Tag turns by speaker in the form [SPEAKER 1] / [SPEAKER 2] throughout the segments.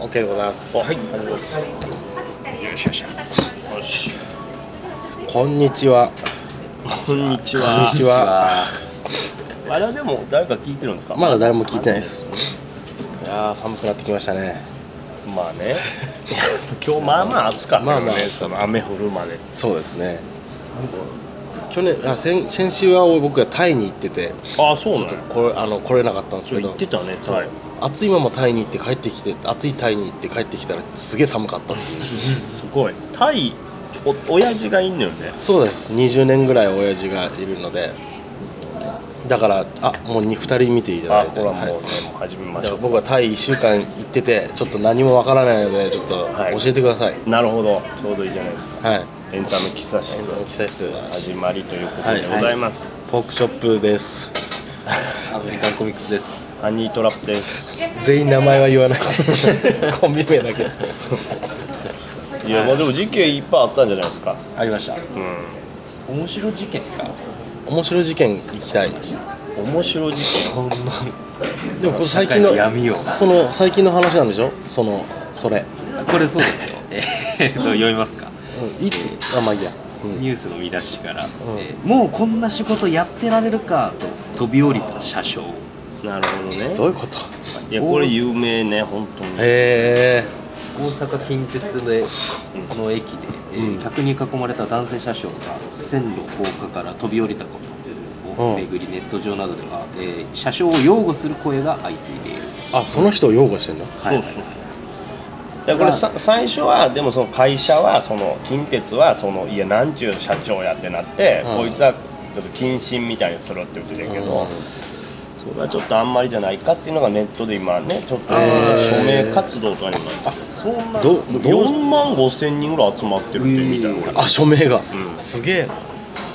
[SPEAKER 1] OK でございます
[SPEAKER 2] はい
[SPEAKER 1] よしよしよしこんにちは
[SPEAKER 2] こんにちは。
[SPEAKER 1] こんにちは
[SPEAKER 2] あれはでも誰か聞いてるんですか。
[SPEAKER 1] まだ誰も聞いてないですいやー寒くなってきましたね
[SPEAKER 2] まあね。今日まあまあ暑かったよね。
[SPEAKER 1] まあまあ
[SPEAKER 2] その雨降るまで。
[SPEAKER 1] そうですね去年あ先先週は僕がタイに行ってて
[SPEAKER 2] ああそうなの。
[SPEAKER 1] これあの来れなかったんです
[SPEAKER 2] そう
[SPEAKER 1] け
[SPEAKER 2] 言
[SPEAKER 1] ど
[SPEAKER 2] ってたね。
[SPEAKER 1] そう
[SPEAKER 2] はい。
[SPEAKER 1] 暑いままタイに行って帰ってきて暑いタイに行って帰ってきたらすげえ寒かったっていう
[SPEAKER 2] すごい。タイお親父がいんのよね。
[SPEAKER 1] そうです20年ぐらい親父がいるのでだからあもう 2, 人見ていただ
[SPEAKER 2] あ
[SPEAKER 1] いて
[SPEAKER 2] ほらもうね
[SPEAKER 1] はい
[SPEAKER 2] もう始め
[SPEAKER 1] だ
[SPEAKER 2] ま
[SPEAKER 1] か
[SPEAKER 2] し
[SPEAKER 1] ら
[SPEAKER 2] ょ
[SPEAKER 1] 僕はタイ1週間行っててちょっと何もわからないのでちょっと
[SPEAKER 2] はい
[SPEAKER 1] 教えてくださいは
[SPEAKER 2] う。なるほど。ちょうどいいじゃないです
[SPEAKER 1] い、
[SPEAKER 2] か。エンタメ喫茶
[SPEAKER 1] エン
[SPEAKER 2] 室
[SPEAKER 1] タメ記載室
[SPEAKER 2] 始まりということでございます。
[SPEAKER 1] ポークショップです
[SPEAKER 3] アメリカンコミックスです。
[SPEAKER 2] ハニートラップです。
[SPEAKER 1] 全員名前は言わないコンビ名だけ
[SPEAKER 2] いやまあでも事件いっぱいあったんじゃないですか。
[SPEAKER 3] ありました。
[SPEAKER 2] う
[SPEAKER 3] 面白事件か。
[SPEAKER 1] 面白い事件行きたい
[SPEAKER 2] ん。面白い事件。
[SPEAKER 3] んな。
[SPEAKER 1] でもこれ最近の
[SPEAKER 3] 社会の闇を
[SPEAKER 1] その最近の話なんでしょそのそれ、
[SPEAKER 3] これそうですよ。 えーっと読みますか。
[SPEAKER 1] うんいつあまあいいや、うん
[SPEAKER 3] ニュースの見出しから、
[SPEAKER 1] ん
[SPEAKER 3] えーもうこんな仕事やってられるかと飛び降りた車掌。
[SPEAKER 2] なるほどね。
[SPEAKER 1] どういうこと
[SPEAKER 2] いやこれ有名ね本当に。
[SPEAKER 1] へえ
[SPEAKER 3] 大阪近鉄での駅で、えー
[SPEAKER 1] うん
[SPEAKER 3] 客に囲まれた男性車掌が線路高架から飛び降りたこと
[SPEAKER 1] う
[SPEAKER 3] を
[SPEAKER 1] ん
[SPEAKER 3] 巡りネット上などでは、えー車掌を擁護する声が相次いでいる。
[SPEAKER 1] あその人を擁護してんの
[SPEAKER 3] はい
[SPEAKER 2] そうそうそうだからこれさ最初はでもその会社はその近鉄はそのいやなんちゅう社長やってなって、
[SPEAKER 1] うん
[SPEAKER 2] こいつはちょっと謹慎みたいにするって言ってたけど、
[SPEAKER 1] うん
[SPEAKER 2] それはちょっとあんまりじゃないかっていうのがネットで今ねちょっと
[SPEAKER 1] へー
[SPEAKER 2] 署名活動とかにもなって
[SPEAKER 3] そんな
[SPEAKER 1] どどう
[SPEAKER 2] 4万5千人ぐらい集まってるってみたいな、
[SPEAKER 1] あ署名が、
[SPEAKER 2] うん
[SPEAKER 1] すげえ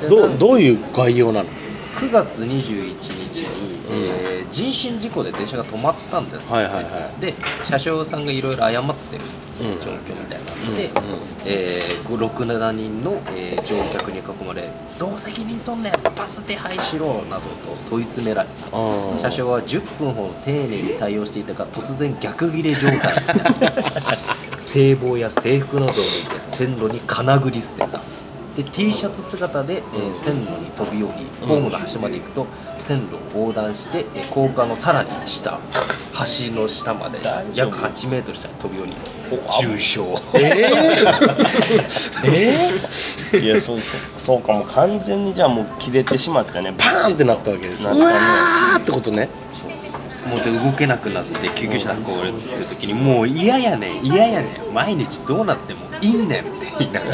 [SPEAKER 1] などうどういう概要なの
[SPEAKER 3] 9月21日に、えー人身事故で電車が止まったんです、
[SPEAKER 1] はいはいはい
[SPEAKER 3] で車掌さんがいろいろ謝ってる状況みたいなので、
[SPEAKER 1] うんうん
[SPEAKER 3] えー、67人の、えー乗客に囲まれ「どう責任取んねんパス手配しろ」などと問い詰められた
[SPEAKER 1] あー
[SPEAKER 3] 車掌は10分ほど丁寧に対応していたが突然逆ギレ状態に なり制帽や制服などを脱いで線路に金繰り捨てたで T シャツ姿で、えー線路に飛び降りホームの端まで行くと線路を横断して、えー高架のさらに下橋の下まで
[SPEAKER 2] 大丈夫
[SPEAKER 3] 約8メートル下に飛び降り
[SPEAKER 2] お
[SPEAKER 3] 重傷
[SPEAKER 1] えー、え
[SPEAKER 2] いやそうそうそうかもう完全にじゃあもう切れてしまったね
[SPEAKER 1] パーン ってなったわけですう
[SPEAKER 2] な
[SPEAKER 1] わー
[SPEAKER 2] ったね
[SPEAKER 1] ってことね
[SPEAKER 3] もうで動けなくなって救急車運ばれてる時にもう嫌やねん嫌やねん毎日どうなってもいいねんって言いなが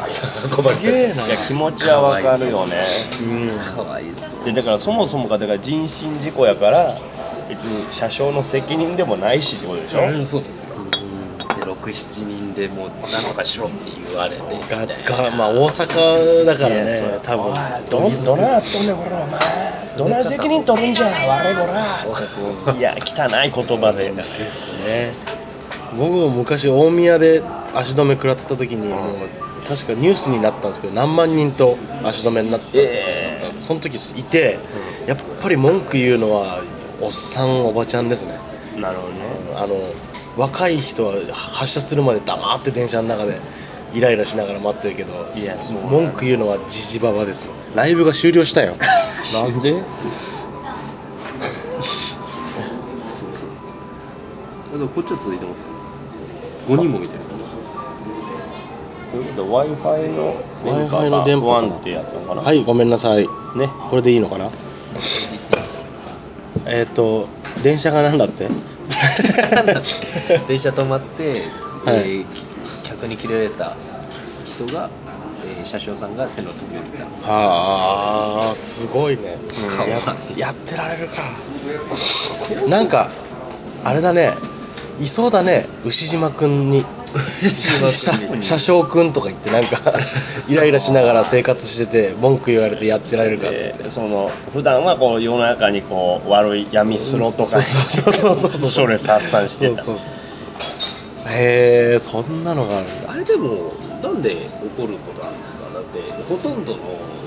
[SPEAKER 3] ら
[SPEAKER 1] すげえない
[SPEAKER 2] や気持ちはわかる よね
[SPEAKER 1] うん
[SPEAKER 3] かわいそう
[SPEAKER 2] でだからそもそもがだから人身事故やから別に車掌の責任でもないしってことでしょ、
[SPEAKER 3] うんそうですよで67人でもうなんとかしろって言われて
[SPEAKER 1] ががまあ大阪だから
[SPEAKER 2] いや
[SPEAKER 1] ね
[SPEAKER 2] そう
[SPEAKER 1] 多分
[SPEAKER 2] ど
[SPEAKER 1] どぎつ
[SPEAKER 2] ど
[SPEAKER 1] く
[SPEAKER 2] ないなっとんねんほらお前どない責任取るんじゃ悪いほらいや汚い言葉で
[SPEAKER 1] ですね僕も昔大宮で足止め食らった時にもう確かニュースになったんですけど何万人と足止めになったってなったんですその時いてやっぱり文句言うのはおっさんおばちゃんですね
[SPEAKER 2] なるほどね
[SPEAKER 1] うんあの若い人は発車するまで黙って電車の中でイライラしながら待ってるけど
[SPEAKER 2] そうなんだ
[SPEAKER 1] 文句言うのはジジババですねライブが終了 したよなんで
[SPEAKER 3] でもこっちは続いてますよ5人も見てる
[SPEAKER 2] ということで w i f i の
[SPEAKER 1] w i f i の電波
[SPEAKER 2] が
[SPEAKER 1] か
[SPEAKER 2] 不
[SPEAKER 1] な
[SPEAKER 2] 安定やったのかな、
[SPEAKER 1] はいごめんなさい
[SPEAKER 2] ね
[SPEAKER 1] これでいいのかなえっ、と電車がなんだって
[SPEAKER 3] 電車止まって、
[SPEAKER 1] はい
[SPEAKER 3] えー客に切れられた人が、えー車掌さんが線路を飛び降りた
[SPEAKER 1] はあすごいね、
[SPEAKER 3] うん
[SPEAKER 1] ややってられるかなんかあれだねいそうだね牛島くんに
[SPEAKER 3] 島君
[SPEAKER 1] 車車掌くんとか言ってなん かイライラしながら生活してて文句言われてやってられるかっつって
[SPEAKER 2] でその普段はこう世の中にこう悪い闇スロとか
[SPEAKER 1] そうそうそうそうそう
[SPEAKER 2] それ発散してた
[SPEAKER 1] そうそうそうへえそんなのがあるんだ
[SPEAKER 3] あれでもなんで起こることなんですかだってほとんどの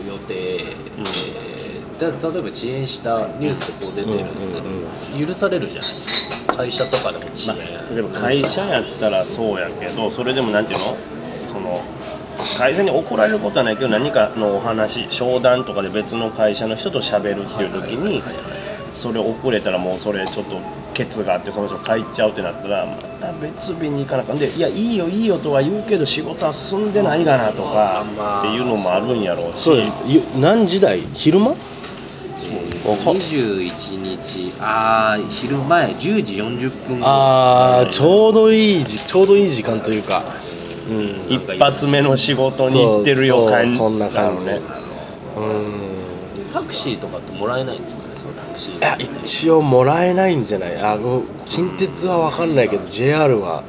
[SPEAKER 3] 予定、えーで例えば遅延したニュースでこう出て
[SPEAKER 1] うん
[SPEAKER 3] るの
[SPEAKER 1] うん
[SPEAKER 3] で許されるじゃないですか会社とかでも遅
[SPEAKER 2] まあ
[SPEAKER 3] 延、
[SPEAKER 2] 例えば会社やったらそうやけどそれでもなんていうのその会社に怒られることはないけど何かのお話商談とかで別の会社の人と喋るっていう時にそれ遅れたらもうそれちょっとケツがあってその人帰っちゃうってなったらまた別日に行かなあかんでいやいいよいいよとは言うけど仕事は進んでないがなとかっていうのもあるんやろうし
[SPEAKER 1] そうですゆ何時代昼間
[SPEAKER 3] 21日ああ昼前10時40分
[SPEAKER 1] ああちょうどいいじちょうどいい時間というか、うん、
[SPEAKER 2] 一発目の仕事に行ってる
[SPEAKER 1] そ
[SPEAKER 2] よ
[SPEAKER 1] う
[SPEAKER 2] 感じ
[SPEAKER 1] そんな感じ
[SPEAKER 2] だろうね
[SPEAKER 1] うん
[SPEAKER 3] タクシーとかってもらえないんですかねそのタクシー
[SPEAKER 1] いや一応もらえないんじゃないあご近鉄は分かんないけど JR は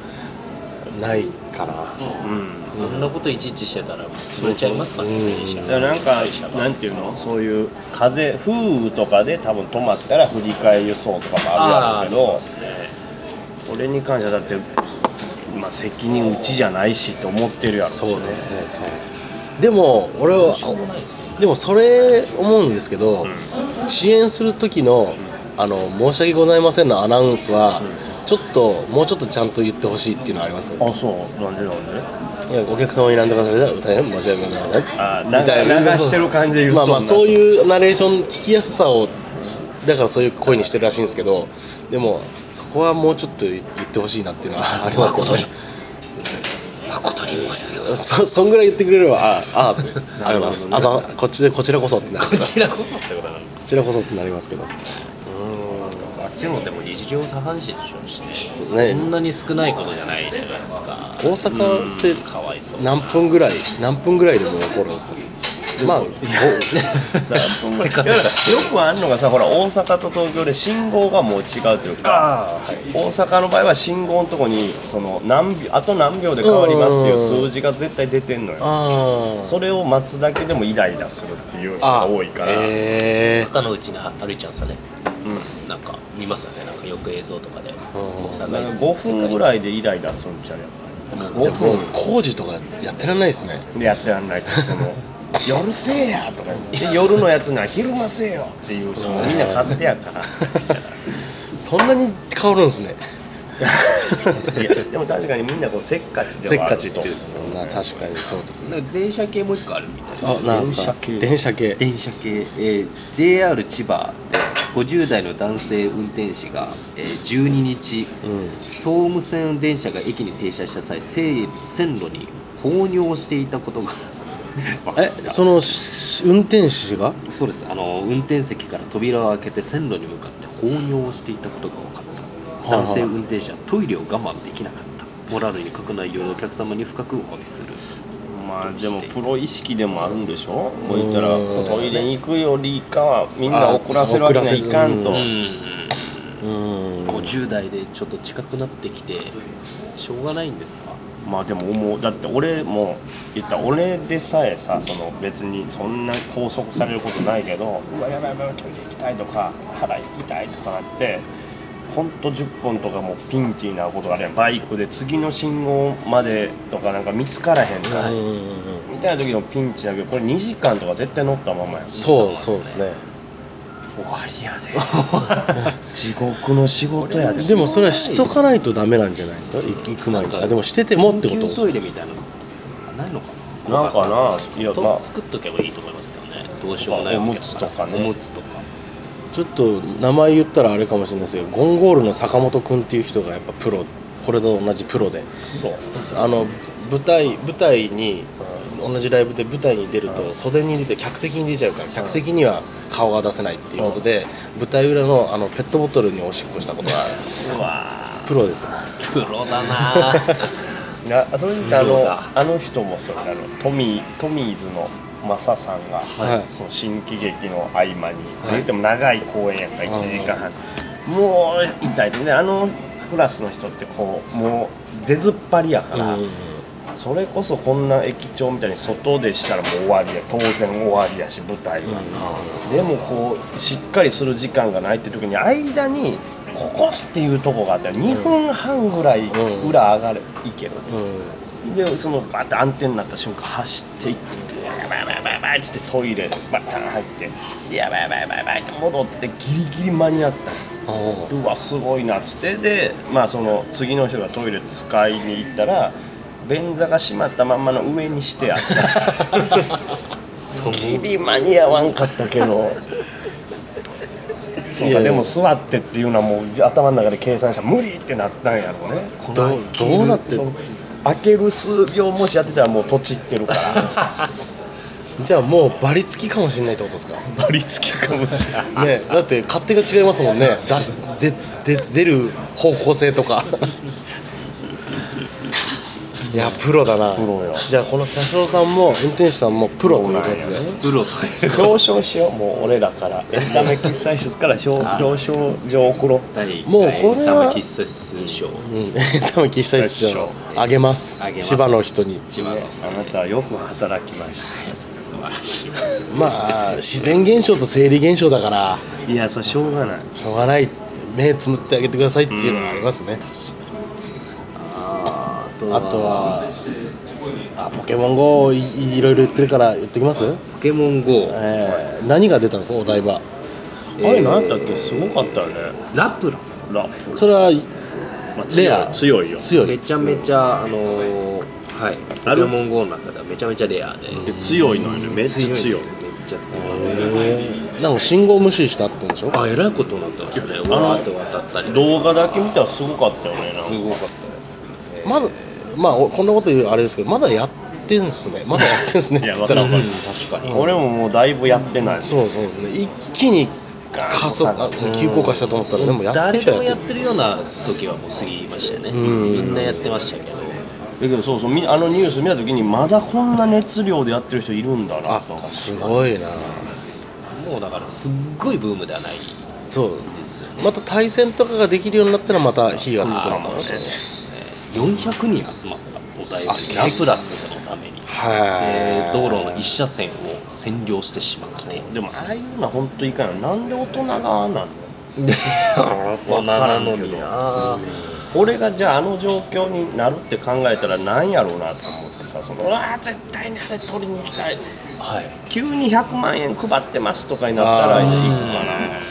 [SPEAKER 1] ないかな
[SPEAKER 2] うん
[SPEAKER 3] そんなこといちいちしてたら潰れちゃいますからね
[SPEAKER 1] うん
[SPEAKER 3] 電車
[SPEAKER 2] だからなんか、なんていうの、そういう風、風雨とかで多分止まったら振り返りそうとかもあるやろうけど、俺に関してはだって、まあ、責任うちじゃないしって思ってるやろ
[SPEAKER 1] そうねそうでも俺はでもそれ思うんですけど、
[SPEAKER 2] うん
[SPEAKER 1] 遅延する時のあの申し訳ございませんのアナウンスは、ちょっともうちょっとちゃんと言ってほしいっていうのはありますよね
[SPEAKER 2] あ、そう、なんでなんで
[SPEAKER 1] いやお客様に何とかされたら大変申し訳ございません
[SPEAKER 2] あなんか
[SPEAKER 1] みたいな
[SPEAKER 2] 流してる感じで言うと
[SPEAKER 1] まあまあそう
[SPEAKER 2] う。
[SPEAKER 1] いうナレーション聞きやすさをだからそういう声にしてるらしいんですけどでもそこはもうちょっと言ってほしいなっていうのはありますけどねそそんぐらい言ってくれればあああってあります、あざこっちでこちらこそってなるこちらこそってことこちらこそってなりますけど
[SPEAKER 3] あっちのでも日常茶飯事でしょうし
[SPEAKER 1] そ
[SPEAKER 3] ね
[SPEAKER 1] うですね
[SPEAKER 3] そんなに少ないことじゃないじゃないですか
[SPEAKER 1] 大阪って
[SPEAKER 3] かわいそう
[SPEAKER 1] 何分ぐらい何分ぐらいでも起こるんですかまあ
[SPEAKER 2] だからそんないやだからよくあるのがさ、ほら、大阪と東京で信号がもう違うというか、
[SPEAKER 3] ああ
[SPEAKER 2] 大阪の場合は信号のとこにその何秒、あと何秒で変わりますっていう数字が絶対出てんのよ。
[SPEAKER 1] ああ
[SPEAKER 2] それを待つだけでもイライラするっていうのが多いから、
[SPEAKER 1] え
[SPEAKER 3] 肩のうちに歩いちゃうんですよね
[SPEAKER 2] う
[SPEAKER 3] なんか見ますよねなんかよく映像とかで
[SPEAKER 1] うん
[SPEAKER 3] 大
[SPEAKER 2] ん、だから
[SPEAKER 3] 阪
[SPEAKER 2] 5分ぐらいでイライラするんちゃうやつ
[SPEAKER 1] じゃあ
[SPEAKER 2] 5
[SPEAKER 1] もう
[SPEAKER 2] 分
[SPEAKER 1] 工事とかやってらんないですね
[SPEAKER 2] でやってらんないからその夜せえやとか言って夜のやつには昼間せえよっていうそのみんな勝手やから
[SPEAKER 1] そんなに変わるんですね
[SPEAKER 2] いやでも確かにみんなこうせっかち
[SPEAKER 1] せ
[SPEAKER 2] で
[SPEAKER 1] っ
[SPEAKER 2] はあ
[SPEAKER 1] か
[SPEAKER 2] ると
[SPEAKER 1] ちっていうのは確かにそうですね
[SPEAKER 3] なんか電車系もう一個あるみたい
[SPEAKER 1] あなんですか電車系
[SPEAKER 3] 電車系、えー JR 千葉で50代の男性運転士が、えー12日
[SPEAKER 1] うん
[SPEAKER 3] 総務線電車が駅に停車した際せ線路に放尿していたことが
[SPEAKER 1] えそのし運転手が
[SPEAKER 3] そうですあの運転席から扉を開けて線路に向かって放尿をしていたことが分かった
[SPEAKER 1] はいはい
[SPEAKER 3] 男性運転手はトイレを我慢できなかったモラルに欠く内容でお客様に深くお詫びする
[SPEAKER 2] まあでもプロ意識でもあるんでしょもう言ったら
[SPEAKER 1] うんそうですね
[SPEAKER 2] トイレに行くよりかはみんな怒らせるわけにはいかんと
[SPEAKER 1] うあ
[SPEAKER 3] うん
[SPEAKER 1] うん
[SPEAKER 3] 50代でちょっと近くなってきてしょうがないんですか
[SPEAKER 2] まあでも思うだって俺も言ったら俺でさえさその別にそんな拘束されることないけどうわやばいやばいトイレ行きたいとか腹痛いとかなってほんと10本とかもうピンチになることがあるやんバイクで次の信号までとかなんか見つからへんから、
[SPEAKER 1] うんうんうん
[SPEAKER 2] みたいな時のピンチだけどこれ2時間とか絶対乗ったままやん
[SPEAKER 1] そうそうですね
[SPEAKER 2] 終わり やで地獄の仕事やで
[SPEAKER 1] でもそれはしとかないとダメなんじゃないですかい行く前にあでもしててもってこ
[SPEAKER 3] 緊急ト
[SPEAKER 1] と
[SPEAKER 3] イレみたいなのないのかな
[SPEAKER 2] なんかないや
[SPEAKER 3] と
[SPEAKER 2] まあ
[SPEAKER 3] 作っとけばいいと思いますけどねどうしようもない
[SPEAKER 2] おむつとかね
[SPEAKER 3] おむつとか
[SPEAKER 1] ちょっと名前言ったらあれかもしれないですけどゴンゴールの坂本君っていう人がやっぱプロこれと同じプロであの舞台舞台に同じライブで舞台に出ると袖に出て客席に出ちゃうから客席には顔が出せないっていうことで舞台裏のあのペットボトルにおしっこしたことがある
[SPEAKER 2] うわ
[SPEAKER 1] プロですよ
[SPEAKER 3] プロだなぁ
[SPEAKER 2] なそれで言ったらあ
[SPEAKER 3] 無料
[SPEAKER 2] の
[SPEAKER 3] だ
[SPEAKER 2] あの人もそうあのトミートミーズのマサさんが、
[SPEAKER 1] はい
[SPEAKER 2] その新喜劇の合間に、
[SPEAKER 1] はい
[SPEAKER 2] 言っても長い公演やから1時間半もう痛いとねあのクラスの人ってこうもう出ずっぱりやから、
[SPEAKER 1] うん
[SPEAKER 2] それこそこんな駅長みたいに外でしたらもう終わりや当然終わりやし舞台は、でもこうしっかりする時間がないって時に間にここっていうとこがあったら2分半ぐらい裏上がる、いけると
[SPEAKER 1] うん
[SPEAKER 2] でそのバッて暗転になった瞬間走っていってばいやばいやばいやばいっつってトイレバッタン入ってでやばいやばいやばいやばいって戻ってギリギリ間に合った
[SPEAKER 1] おー
[SPEAKER 2] うわすごいなっつってで、まあ、その次の人がトイレ使いに行ったら便座が閉まったまんまの上にしてあったギリ間に合わんかったけど そう
[SPEAKER 1] いや
[SPEAKER 2] か
[SPEAKER 1] いや
[SPEAKER 2] でも座ってっていうのはもう頭の中で計算したら無理ってなったんやろうね
[SPEAKER 1] どうどうなって
[SPEAKER 2] そ
[SPEAKER 1] る
[SPEAKER 2] の開ける数秒もしやってたらもうとちってるから
[SPEAKER 1] じゃあもうバリつきかもしれないってことですか
[SPEAKER 2] バリつきかもしれない
[SPEAKER 1] ねだって勝手が違いますもんね出しでで出る方向性と かいやプロだな
[SPEAKER 2] プロよ
[SPEAKER 1] じゃあこの車掌さんも運転手さんもプロということで
[SPEAKER 2] プロなんや
[SPEAKER 3] プロと
[SPEAKER 2] 表彰しようもう俺らからエンタメ喫茶室から表表彰状送ろう
[SPEAKER 3] 第1
[SPEAKER 1] もうこれは
[SPEAKER 3] 回玉喫茶室賞
[SPEAKER 1] うん、 多分喫茶室長あげます
[SPEAKER 3] あげます
[SPEAKER 1] 千葉の人に
[SPEAKER 3] 千葉の
[SPEAKER 2] あなたはよく働きまし
[SPEAKER 3] 素晴らしい
[SPEAKER 1] まあ自然現象と生理現象だから
[SPEAKER 2] たいやそれしょうがない
[SPEAKER 1] しょうがない目つむってあげてくださいっていうのがありますね、
[SPEAKER 3] あー
[SPEAKER 1] あとはあポケモン GO をいいろいろ言ってるから言ってきます、
[SPEAKER 3] ポケモン GO、
[SPEAKER 1] えー何が出たんですかお台場
[SPEAKER 2] あれ何だっけすごかったよね
[SPEAKER 3] ラプラス
[SPEAKER 2] ラップ、
[SPEAKER 1] それは
[SPEAKER 2] まあ強い
[SPEAKER 1] レア
[SPEAKER 2] 強いよ
[SPEAKER 1] 強
[SPEAKER 3] め
[SPEAKER 1] い
[SPEAKER 3] ちゃめちゃあのーはい
[SPEAKER 2] あ
[SPEAKER 3] ポケ
[SPEAKER 2] る
[SPEAKER 3] モン GO の中ではめちゃめちゃレアで
[SPEAKER 1] ん
[SPEAKER 2] 強いのよねめっちゃ強い
[SPEAKER 3] めっちゃ強い
[SPEAKER 1] へーなんか信号無視したってんでしょ
[SPEAKER 3] あえらいことになってましたね
[SPEAKER 2] あの
[SPEAKER 3] わーって渡ったり
[SPEAKER 2] 動画だけ見たらすごかったよねなんか
[SPEAKER 3] すごかったですね
[SPEAKER 1] まだまあおこんなこと言うあれですけどまだやってんすねまだやってんすねって言ったら
[SPEAKER 2] いやわかるわ
[SPEAKER 3] 確か
[SPEAKER 1] うん
[SPEAKER 2] 俺ももうだいぶやってない
[SPEAKER 1] そうそうですね一気に加速あ急降下したと思ったらでもやってる人
[SPEAKER 3] 誰
[SPEAKER 1] はや
[SPEAKER 3] もや
[SPEAKER 1] っ
[SPEAKER 3] っててるような時はもう過ぎましたよね
[SPEAKER 1] うん
[SPEAKER 3] みんなやってましたけ
[SPEAKER 2] だ
[SPEAKER 3] ど
[SPEAKER 2] けどそうそうみあのニュース見た時にまだこんな熱量でやってる人いるんだな
[SPEAKER 1] あ
[SPEAKER 2] と
[SPEAKER 1] すごいな
[SPEAKER 3] もうだからすっごいブームではない
[SPEAKER 1] そう
[SPEAKER 3] ですよね
[SPEAKER 1] また対戦とかができるようになったらまた火がつくのかもしれない
[SPEAKER 3] 400人集まったお台場に
[SPEAKER 1] あ
[SPEAKER 3] ラプラスのために
[SPEAKER 1] は
[SPEAKER 3] で
[SPEAKER 1] い
[SPEAKER 3] 道路の一車線を占領してしまって
[SPEAKER 2] でもああいうのは本当いかんよなんで大人がああなんの
[SPEAKER 3] 大
[SPEAKER 2] 人なのに
[SPEAKER 3] な
[SPEAKER 2] 俺がじゃああの状況になるって考えたらなんやろうなと思ってさそのうわー絶対にあれ取りに行きたい
[SPEAKER 3] はい
[SPEAKER 2] 急に100万円配ってますとかになったら
[SPEAKER 1] あ
[SPEAKER 2] い
[SPEAKER 1] ー
[SPEAKER 2] いかな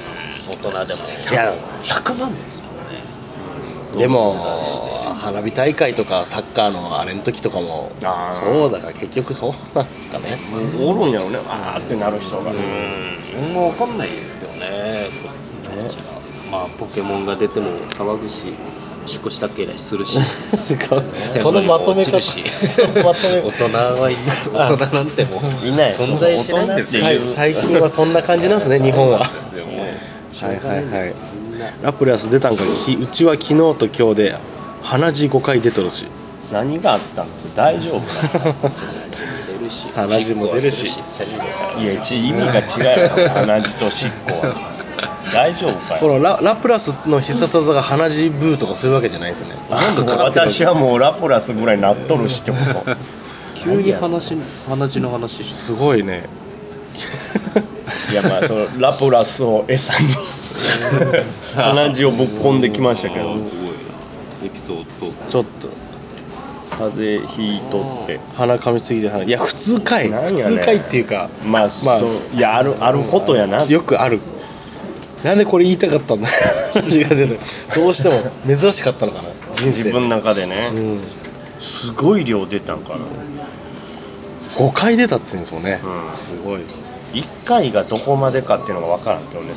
[SPEAKER 3] 大人でも
[SPEAKER 1] いや
[SPEAKER 3] 100万ですもんね
[SPEAKER 1] でも花火大会とかサッカーのあれの時とかも
[SPEAKER 2] あー
[SPEAKER 1] そうだから結局そうなんですかね
[SPEAKER 2] おるんやろねあーってなる人が、
[SPEAKER 3] うんもう分かんないですけどね気持ちがまあポケモンが出ても騒ぐしおしっこしたっけらしす るし
[SPEAKER 1] そのまとめ
[SPEAKER 3] 線路にも落ち
[SPEAKER 1] 方
[SPEAKER 3] る し
[SPEAKER 1] そのまとめ
[SPEAKER 3] 大人はいない大人なんてもう
[SPEAKER 2] いない
[SPEAKER 3] 存在しないんですよ
[SPEAKER 2] 大人
[SPEAKER 1] 最最近はそんな感じなんですね日本は
[SPEAKER 3] はいはいはい
[SPEAKER 1] ラプラス出たんかきうちは昨日と今日で鼻血5回出とるし
[SPEAKER 2] 何があったんですよ大 丈夫
[SPEAKER 3] 出るし
[SPEAKER 1] 鼻血も出るし
[SPEAKER 3] 線路から
[SPEAKER 2] いやち意味が違うよ鼻血としっこは大丈夫か
[SPEAKER 1] こ
[SPEAKER 2] よ
[SPEAKER 1] のララプラスの必殺技が鼻血ブーとかそういうわけじゃないんですよね
[SPEAKER 2] あもう私はもうラプラスぐらいなっとるしってこと
[SPEAKER 3] 急に話鼻血の話し
[SPEAKER 1] すごいね
[SPEAKER 2] いや まあそのラプラスを餌に鼻血をぶっ込んできましたけど
[SPEAKER 3] エピソー
[SPEAKER 1] ちょっと
[SPEAKER 2] 風邪ひいとって
[SPEAKER 1] 鼻噛みすぎて鼻いや普通かい
[SPEAKER 2] なんやね
[SPEAKER 1] 普通かいっていうか
[SPEAKER 2] まあ、
[SPEAKER 1] まあ
[SPEAKER 2] そういやあるあることやな
[SPEAKER 1] よくあるなんでこれ言いたかったんだ 話が出てどうしても珍しかったのかな人
[SPEAKER 2] 自
[SPEAKER 1] 生
[SPEAKER 2] 分の中でね、
[SPEAKER 1] うん、
[SPEAKER 2] すごい量出たんかな
[SPEAKER 1] 5回出たって言うんですもんね、
[SPEAKER 2] うん
[SPEAKER 1] すごい
[SPEAKER 2] 1回がどこまでかっていうのが分からんけどね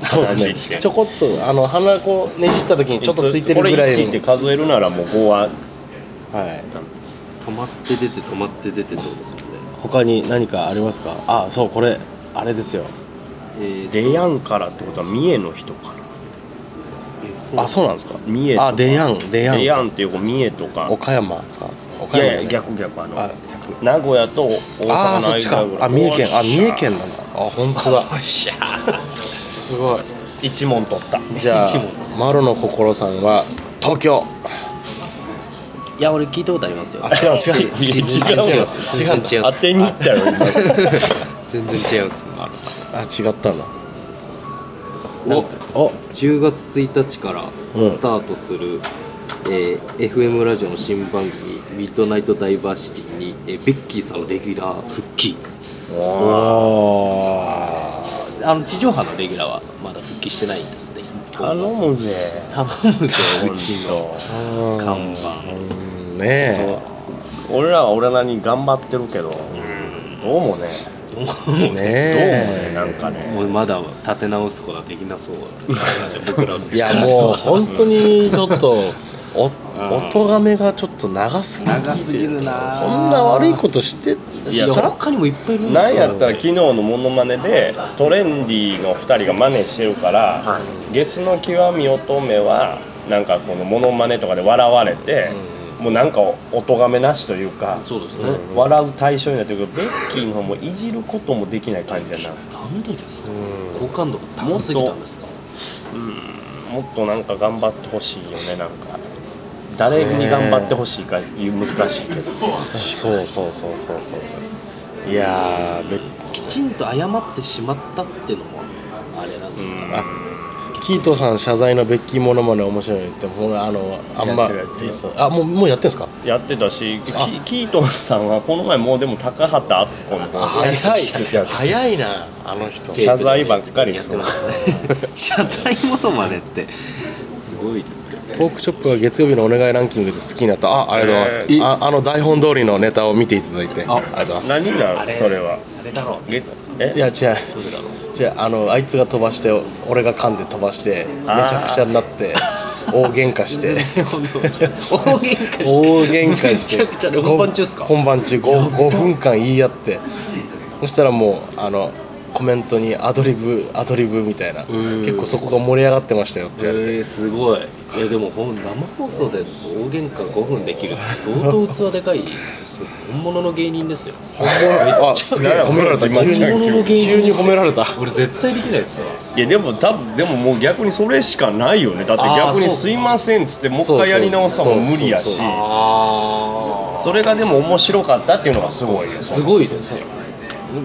[SPEAKER 2] その
[SPEAKER 1] そうですねちょこっとあの鼻こうねじった時にちょっとついてるぐらい
[SPEAKER 2] これ1って
[SPEAKER 1] の
[SPEAKER 2] 数えるならもう5は
[SPEAKER 1] はい
[SPEAKER 3] ド止まって出て止まって出てどうですもんね
[SPEAKER 1] 他に何かありますかあそうこれあれですよ
[SPEAKER 3] えー
[SPEAKER 2] 出やんからってことは三重の人か
[SPEAKER 1] あそうなんですか
[SPEAKER 2] 三重とか
[SPEAKER 1] あデヤンデヤ
[SPEAKER 2] な
[SPEAKER 1] ン
[SPEAKER 2] 出やんっていう子三重とか
[SPEAKER 1] 岡山ですか
[SPEAKER 2] い
[SPEAKER 1] 岡山
[SPEAKER 2] やいや
[SPEAKER 1] ね
[SPEAKER 2] 逆逆あの
[SPEAKER 1] あ逆
[SPEAKER 2] 名古屋と大阪の
[SPEAKER 1] ああそっちか
[SPEAKER 2] 間ぐらい
[SPEAKER 1] あ三重県あ三
[SPEAKER 2] おっしゃ
[SPEAKER 1] 重県なんだあ本当 だすごい
[SPEAKER 2] 一問取った
[SPEAKER 1] じゃあ
[SPEAKER 3] 一問
[SPEAKER 1] マロの心さんは東京
[SPEAKER 3] いや俺聞いたことありますよ
[SPEAKER 1] あ違う違 う
[SPEAKER 2] いや
[SPEAKER 1] 違う
[SPEAKER 2] 違う
[SPEAKER 1] 違うんだ
[SPEAKER 3] 違う
[SPEAKER 2] 当てに行ったよ
[SPEAKER 3] 全然違いますあのさ
[SPEAKER 1] あ違ったんだ
[SPEAKER 3] なんか
[SPEAKER 1] お
[SPEAKER 3] 10月1日から
[SPEAKER 1] うん
[SPEAKER 3] スタートする、えー FM ラジオの新番組「ミッドナイトダイバーシティに」えーベッキーさんのレギュラー復帰あの地上波のレギュラーはまだ復帰してないんですね
[SPEAKER 2] 頼むぜ
[SPEAKER 3] 頼むぜうちの
[SPEAKER 1] うん
[SPEAKER 3] 看板
[SPEAKER 1] うんね
[SPEAKER 2] 俺らは俺らに頑張ってるけど、どうもね
[SPEAKER 1] えねえ
[SPEAKER 2] どうもねなんかね
[SPEAKER 3] もうまだ立て直すことはできなそう だ僕らの
[SPEAKER 1] いやもう本当 にちょっとお音がめがちょっと長すぎて
[SPEAKER 3] 長すぎるな
[SPEAKER 1] こんな悪いことして
[SPEAKER 3] いや
[SPEAKER 1] した
[SPEAKER 3] 他にもいっぱいいるんで
[SPEAKER 2] なん
[SPEAKER 3] すよ
[SPEAKER 2] やったら昨日のモノマネでトレンディの2人が真似してるから、ゲスの極み乙女はなんかこのモノマネとかで笑われて、もうなんかお咎めなしというか、
[SPEAKER 3] そうですね
[SPEAKER 2] 笑う対象になってるけどベッキーの方もいじることもできない感じやな
[SPEAKER 3] なんでですか
[SPEAKER 1] うん
[SPEAKER 3] 好感度が高すぎたんですか
[SPEAKER 2] うんもっとなんか頑張ってほしいよねなんか誰に頑張ってほしいか難しいけど
[SPEAKER 1] そうそうそうそうそうそういやーべ
[SPEAKER 3] きちんと謝ってしまったっていうのもあれなんですか
[SPEAKER 1] あキートさん謝罪のベッキーモノマネ面白いってもうあのあん
[SPEAKER 2] やっ
[SPEAKER 1] ま
[SPEAKER 2] てるやってる
[SPEAKER 1] いいっすあもうもうやってんすか
[SPEAKER 2] やってたしキ
[SPEAKER 1] あ
[SPEAKER 2] キートンさんはこの前もうでも高畑敦子の方
[SPEAKER 1] あ
[SPEAKER 2] で
[SPEAKER 1] 早い 早いなあの人
[SPEAKER 2] 謝罪ばっかり
[SPEAKER 3] やっ
[SPEAKER 2] してて
[SPEAKER 3] ま
[SPEAKER 2] ます
[SPEAKER 3] すね謝罪ものまねってすごいですね
[SPEAKER 1] ポークチョップが月曜日のお願いランキングで好きになったあありがとうございます、
[SPEAKER 2] えー
[SPEAKER 1] ああの台本通りのネタを見ていただいてあ
[SPEAKER 3] あ
[SPEAKER 1] りがとうございます
[SPEAKER 2] 何なのそれは
[SPEAKER 3] あれだろう
[SPEAKER 2] ええ
[SPEAKER 1] いや違う違うあのあいつが飛ばして俺が噛んで飛ばしてめち
[SPEAKER 2] あー
[SPEAKER 1] ゃくちゃにな って大喧嘩して
[SPEAKER 3] 大喧嘩して
[SPEAKER 1] 大喧嘩して
[SPEAKER 3] めちゃくちゃで本番中っすか
[SPEAKER 1] 本番中 5, 分間言い合ってそしたらもうあのコメントにアドリブアドリブみたいな
[SPEAKER 3] ーん
[SPEAKER 1] 結構そこが盛り上がってましたよって言われて、
[SPEAKER 3] えー、すごいいやでもほん生放送で大喧嘩5分できるって相当器でかいですよ本物の芸人ですよ
[SPEAKER 1] 本物あすげえ褒められた
[SPEAKER 2] 自慢
[SPEAKER 1] 急
[SPEAKER 2] じゃん
[SPEAKER 1] に急に褒められた
[SPEAKER 3] 俺絶対できないですわ
[SPEAKER 2] いやでも多分でももう逆にそれしかないよねだって
[SPEAKER 3] あー
[SPEAKER 2] 逆
[SPEAKER 3] そう
[SPEAKER 2] に「すいません」っつってもう一回やり直すのも無理やし
[SPEAKER 1] そうそうそう
[SPEAKER 3] あ
[SPEAKER 2] それがでも面白かったっていうのがすごいよ
[SPEAKER 3] すごいですよ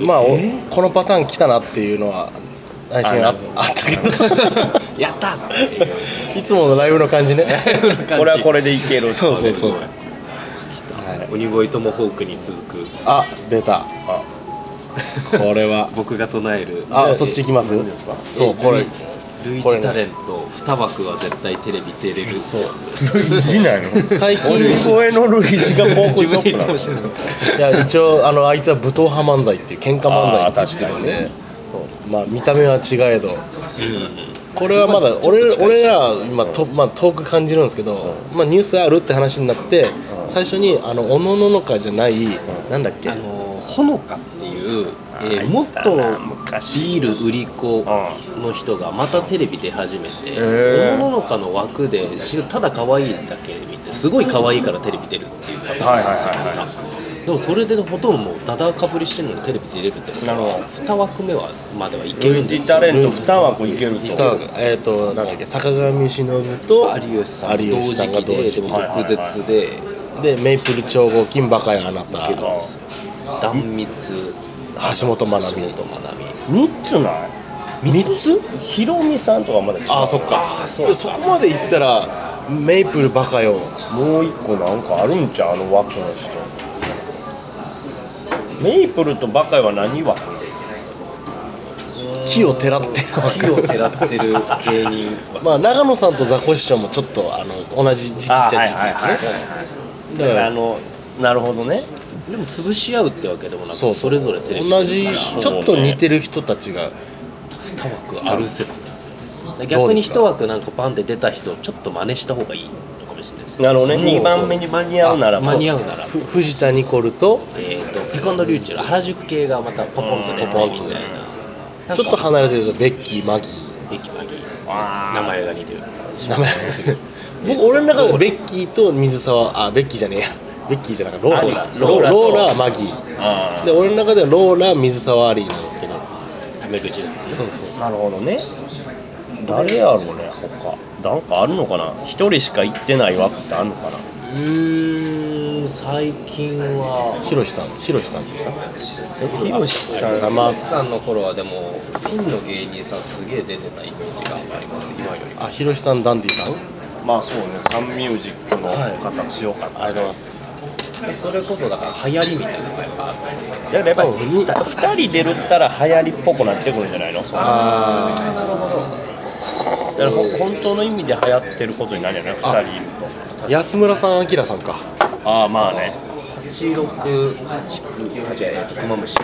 [SPEAKER 1] まあ、お
[SPEAKER 3] えー
[SPEAKER 1] このパターン来たなっていうのは内心あ
[SPEAKER 2] あなるほど
[SPEAKER 1] あったけど
[SPEAKER 3] やった
[SPEAKER 1] いつものライブの感じね
[SPEAKER 2] これはこれでいける
[SPEAKER 1] そうそうそうはい
[SPEAKER 3] 鬼越トマホークに続く
[SPEAKER 1] あ出た
[SPEAKER 2] あ
[SPEAKER 1] これは
[SPEAKER 3] 僕が唱える
[SPEAKER 1] あそっち行きます
[SPEAKER 2] 何ですか
[SPEAKER 1] そうこれ
[SPEAKER 3] 類
[SPEAKER 1] これ
[SPEAKER 3] 似
[SPEAKER 1] ね
[SPEAKER 3] タレント2枠は絶対テレビ出れるってやつ
[SPEAKER 2] 類似なの
[SPEAKER 1] 最近
[SPEAKER 2] 鬼越の類似がポーク
[SPEAKER 3] 自
[SPEAKER 2] チョッ
[SPEAKER 3] 分で
[SPEAKER 2] プ
[SPEAKER 3] 言っ
[SPEAKER 2] な
[SPEAKER 3] て
[SPEAKER 2] の
[SPEAKER 3] ほしいです
[SPEAKER 1] いや一応あのあいつは武闘派漫才っていう喧嘩漫才って言ってるんで、
[SPEAKER 2] あー確かにね
[SPEAKER 1] そうまあ見た目は違えど
[SPEAKER 3] う
[SPEAKER 1] これはまだ俺俺ら今と、まあ、遠く感じるんですけど、まあ、ニュースあるって話になって最初にあのおのののかじゃないなんだっけ
[SPEAKER 3] んあのほのかっていう、え
[SPEAKER 2] あ
[SPEAKER 3] ー、
[SPEAKER 2] ー
[SPEAKER 3] もっと
[SPEAKER 2] い
[SPEAKER 3] ビ
[SPEAKER 2] たな昔
[SPEAKER 3] ール売り子の人がまたテレビ出始めて
[SPEAKER 2] へー
[SPEAKER 3] おのののかの枠でしただ可愛いだけ見てすごい可愛いからテレビ出るっていうパターンなんですよ、
[SPEAKER 2] はいはいはいはい
[SPEAKER 3] でもそれでほとんどもうダダかぶりしてるのにテレビ出れるってことは
[SPEAKER 2] なるほど
[SPEAKER 3] 2枠目はまではいける
[SPEAKER 2] 類
[SPEAKER 3] んで
[SPEAKER 2] 似
[SPEAKER 3] すよ
[SPEAKER 2] タレント2枠いける
[SPEAKER 1] スタ
[SPEAKER 2] と
[SPEAKER 1] ーえっ、となんだっけ坂上忍と
[SPEAKER 3] 有吉さん
[SPEAKER 1] 有吉さんが同時
[SPEAKER 3] で
[SPEAKER 1] 期
[SPEAKER 3] も
[SPEAKER 2] はいはいはい
[SPEAKER 3] 毒舌で
[SPEAKER 1] でメイプル超合金バカやあなた
[SPEAKER 3] いけるんですよ壇蜜
[SPEAKER 1] 橋本まなみ
[SPEAKER 3] 橋本まなみ
[SPEAKER 2] ニッチュない
[SPEAKER 1] 3つ
[SPEAKER 2] ヒロミさんとかまだ違う
[SPEAKER 1] ああそっかでそこまでいったらメイプルバカよ
[SPEAKER 2] もう一個なんかあるんちゃうあの枠の人メイプルとバカイは何枠
[SPEAKER 1] 木をてらってるわけ
[SPEAKER 3] 木をてらってる芸人
[SPEAKER 1] まあ長野さんとザコシショウもちょっとあの同じ時期っちゃ時期ですねだから
[SPEAKER 2] あのなるほどね
[SPEAKER 3] でも潰し合うってわけでもなく
[SPEAKER 1] そう
[SPEAKER 3] それぞれテレビ
[SPEAKER 1] 同じ
[SPEAKER 2] そう
[SPEAKER 1] ちょっと似てる人たちが
[SPEAKER 3] 2枠ある説ですよで
[SPEAKER 1] どう
[SPEAKER 3] 逆
[SPEAKER 1] で
[SPEAKER 3] に
[SPEAKER 1] すか
[SPEAKER 3] 1枠なんかバンって出た人をちょっと真似した方がいいのかもしれないですね
[SPEAKER 2] なるほど
[SPEAKER 1] も
[SPEAKER 2] ね
[SPEAKER 1] う
[SPEAKER 2] 2番目に間に合うならば
[SPEAKER 1] そ
[SPEAKER 3] 間に合うなら
[SPEAKER 1] ふ藤田ニコルと
[SPEAKER 3] えっとピコンドリューチュラ原宿系がまたポポンと出てみ
[SPEAKER 1] ポポンと
[SPEAKER 3] たいな
[SPEAKER 1] ちょっと
[SPEAKER 3] は
[SPEAKER 1] 離れてるとベッキーマギー
[SPEAKER 2] あー
[SPEAKER 3] 名前が似てる
[SPEAKER 1] 名前忘 れてる僕俺の中でベッキーと水沢あベッキーじゃねえやベッキーじゃなくてローラロ
[SPEAKER 2] ロー
[SPEAKER 1] ー
[SPEAKER 2] ラ
[SPEAKER 1] ラ
[SPEAKER 2] と
[SPEAKER 1] ローラマギー
[SPEAKER 2] あ
[SPEAKER 1] で俺の中ではローラ水沢アリーなんですけど
[SPEAKER 3] タメ口ですね
[SPEAKER 1] そうそう
[SPEAKER 2] ー
[SPEAKER 1] そう
[SPEAKER 2] なるほどね誰やろうね他なんかあるのかな一人しか行ってない枠ってあるのかな
[SPEAKER 3] うーん最近は
[SPEAKER 1] ヒロシさんヒロシさんでした
[SPEAKER 2] えヒロシ
[SPEAKER 1] ありがとうございます
[SPEAKER 3] さんの頃はでもピンの芸人さんすげえ出てたイメージがあります今より
[SPEAKER 1] あヒロシさんダンディさんあり
[SPEAKER 2] まあそうねサンミュージックの
[SPEAKER 1] はい
[SPEAKER 2] 方強かった、
[SPEAKER 1] がとうございます
[SPEAKER 3] それこそだから流行りみたいなのが
[SPEAKER 2] だからやっぱり2人出るったら流行りっぽくなってくるんじゃないのそう
[SPEAKER 1] あ
[SPEAKER 3] なるほど
[SPEAKER 2] だからほ本当の意味で流行ってることになるんじゃない2人いる
[SPEAKER 1] あ安村さん明さんか
[SPEAKER 2] とああまあね
[SPEAKER 3] 868えっとクマムシ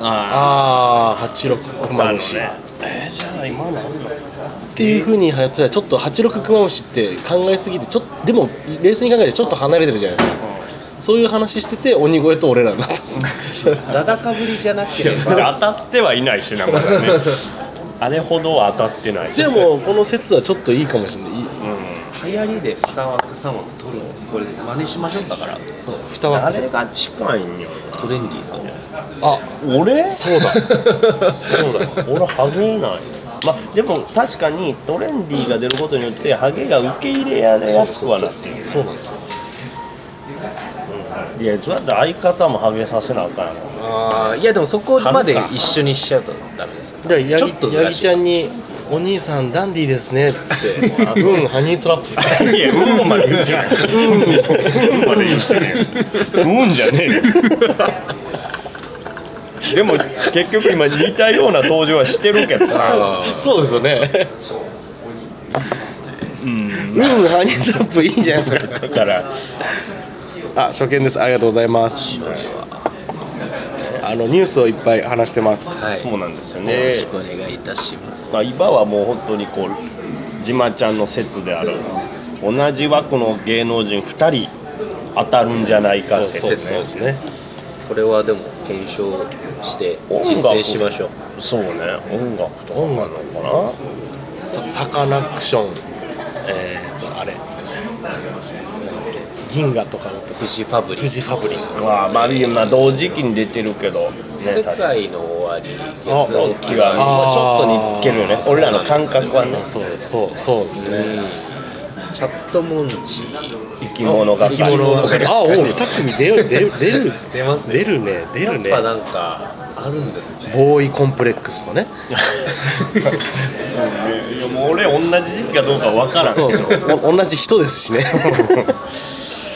[SPEAKER 2] あ
[SPEAKER 1] ああ86クマムシ、
[SPEAKER 2] ねえー、じゃあ今なんの
[SPEAKER 1] っていう風に流行ってたらちょっと86クマムシって考えすぎてちょっとでも冷静に考えてちょっと離れてるじゃないですかそういう話してて鬼越と俺らになったんですね
[SPEAKER 3] ダダかぶりじゃなけれ
[SPEAKER 2] 当
[SPEAKER 3] ば
[SPEAKER 2] たってはいないしなま だねあれほどは当たってない
[SPEAKER 1] でもこの説はちょっといいかもしれないいい
[SPEAKER 2] うん
[SPEAKER 3] 流行りで2枠3枠取るんですこれ真似しましょう だからそう
[SPEAKER 1] 二枠説
[SPEAKER 2] あれが近いんよ
[SPEAKER 3] トレンディーさんじゃないですか
[SPEAKER 1] あ
[SPEAKER 2] な俺
[SPEAKER 1] そうだそうだ
[SPEAKER 2] 俺ハゲないまあでも確かにトレンディーが出ることによってハゲが受け入れられやすくはなってる
[SPEAKER 1] そうなんですよ
[SPEAKER 2] いやそうやって相方もハゲさせなあかんやん
[SPEAKER 3] ああいやでもそこまで一緒にしちゃうとダメですよ
[SPEAKER 1] だから
[SPEAKER 3] ち
[SPEAKER 1] 八
[SPEAKER 3] ょっと
[SPEAKER 1] 木
[SPEAKER 3] ずら
[SPEAKER 1] 八
[SPEAKER 3] し
[SPEAKER 1] 木ちゃんに「お兄さんダンディーですね」っつ って「うんハニートラップ」
[SPEAKER 2] いや、うんまで言うじゃん。うんまで言うじゃねえよ。うんじゃねえよ。でも、結局今似たような登場はしてるけどさ。
[SPEAKER 1] そうですよね
[SPEAKER 2] うん。
[SPEAKER 1] 「うんハニートラップ」いいんじゃないですか
[SPEAKER 2] だから、
[SPEAKER 1] あ初見ですありがとうございますあのニュースをいっぱい話してます
[SPEAKER 3] はい
[SPEAKER 2] そうなんですよ
[SPEAKER 3] よ
[SPEAKER 2] ね
[SPEAKER 3] ろ。しくお願いいたします
[SPEAKER 2] まあ、今はもう本当にこう、じまちゃんの説である、同じ枠の芸能人2人当たるんじゃないか説
[SPEAKER 1] そう
[SPEAKER 2] ね。
[SPEAKER 1] そうですね
[SPEAKER 3] これはでも検証して実践しましょう
[SPEAKER 2] そうね、音楽と
[SPEAKER 1] 音楽
[SPEAKER 2] かな。
[SPEAKER 1] さサカナクションえっ、ー、とあれなんだっけ銀河とかのと
[SPEAKER 3] フジファブリ
[SPEAKER 1] フジファブリ
[SPEAKER 2] まあ、まあ、今同時期に出てるけど、ね、
[SPEAKER 3] 世
[SPEAKER 2] 確かに
[SPEAKER 3] 界の終わり
[SPEAKER 2] あ
[SPEAKER 3] 月の極み
[SPEAKER 2] あー
[SPEAKER 3] まあちょっ
[SPEAKER 2] 似てるよね俺らの感覚はね
[SPEAKER 1] そうそうそう
[SPEAKER 3] とねチャットモンチー
[SPEAKER 2] 生き物が
[SPEAKER 1] 生き物
[SPEAKER 2] が
[SPEAKER 1] 係あおう2組出る出る出る
[SPEAKER 3] 出ますよ
[SPEAKER 1] 出るね出るね
[SPEAKER 3] やっぱなんかあるんですね
[SPEAKER 1] ボーイコンプレックスとかね
[SPEAKER 2] いやもう俺同じ時期かどうかわからん
[SPEAKER 1] そうお同じ人ですしね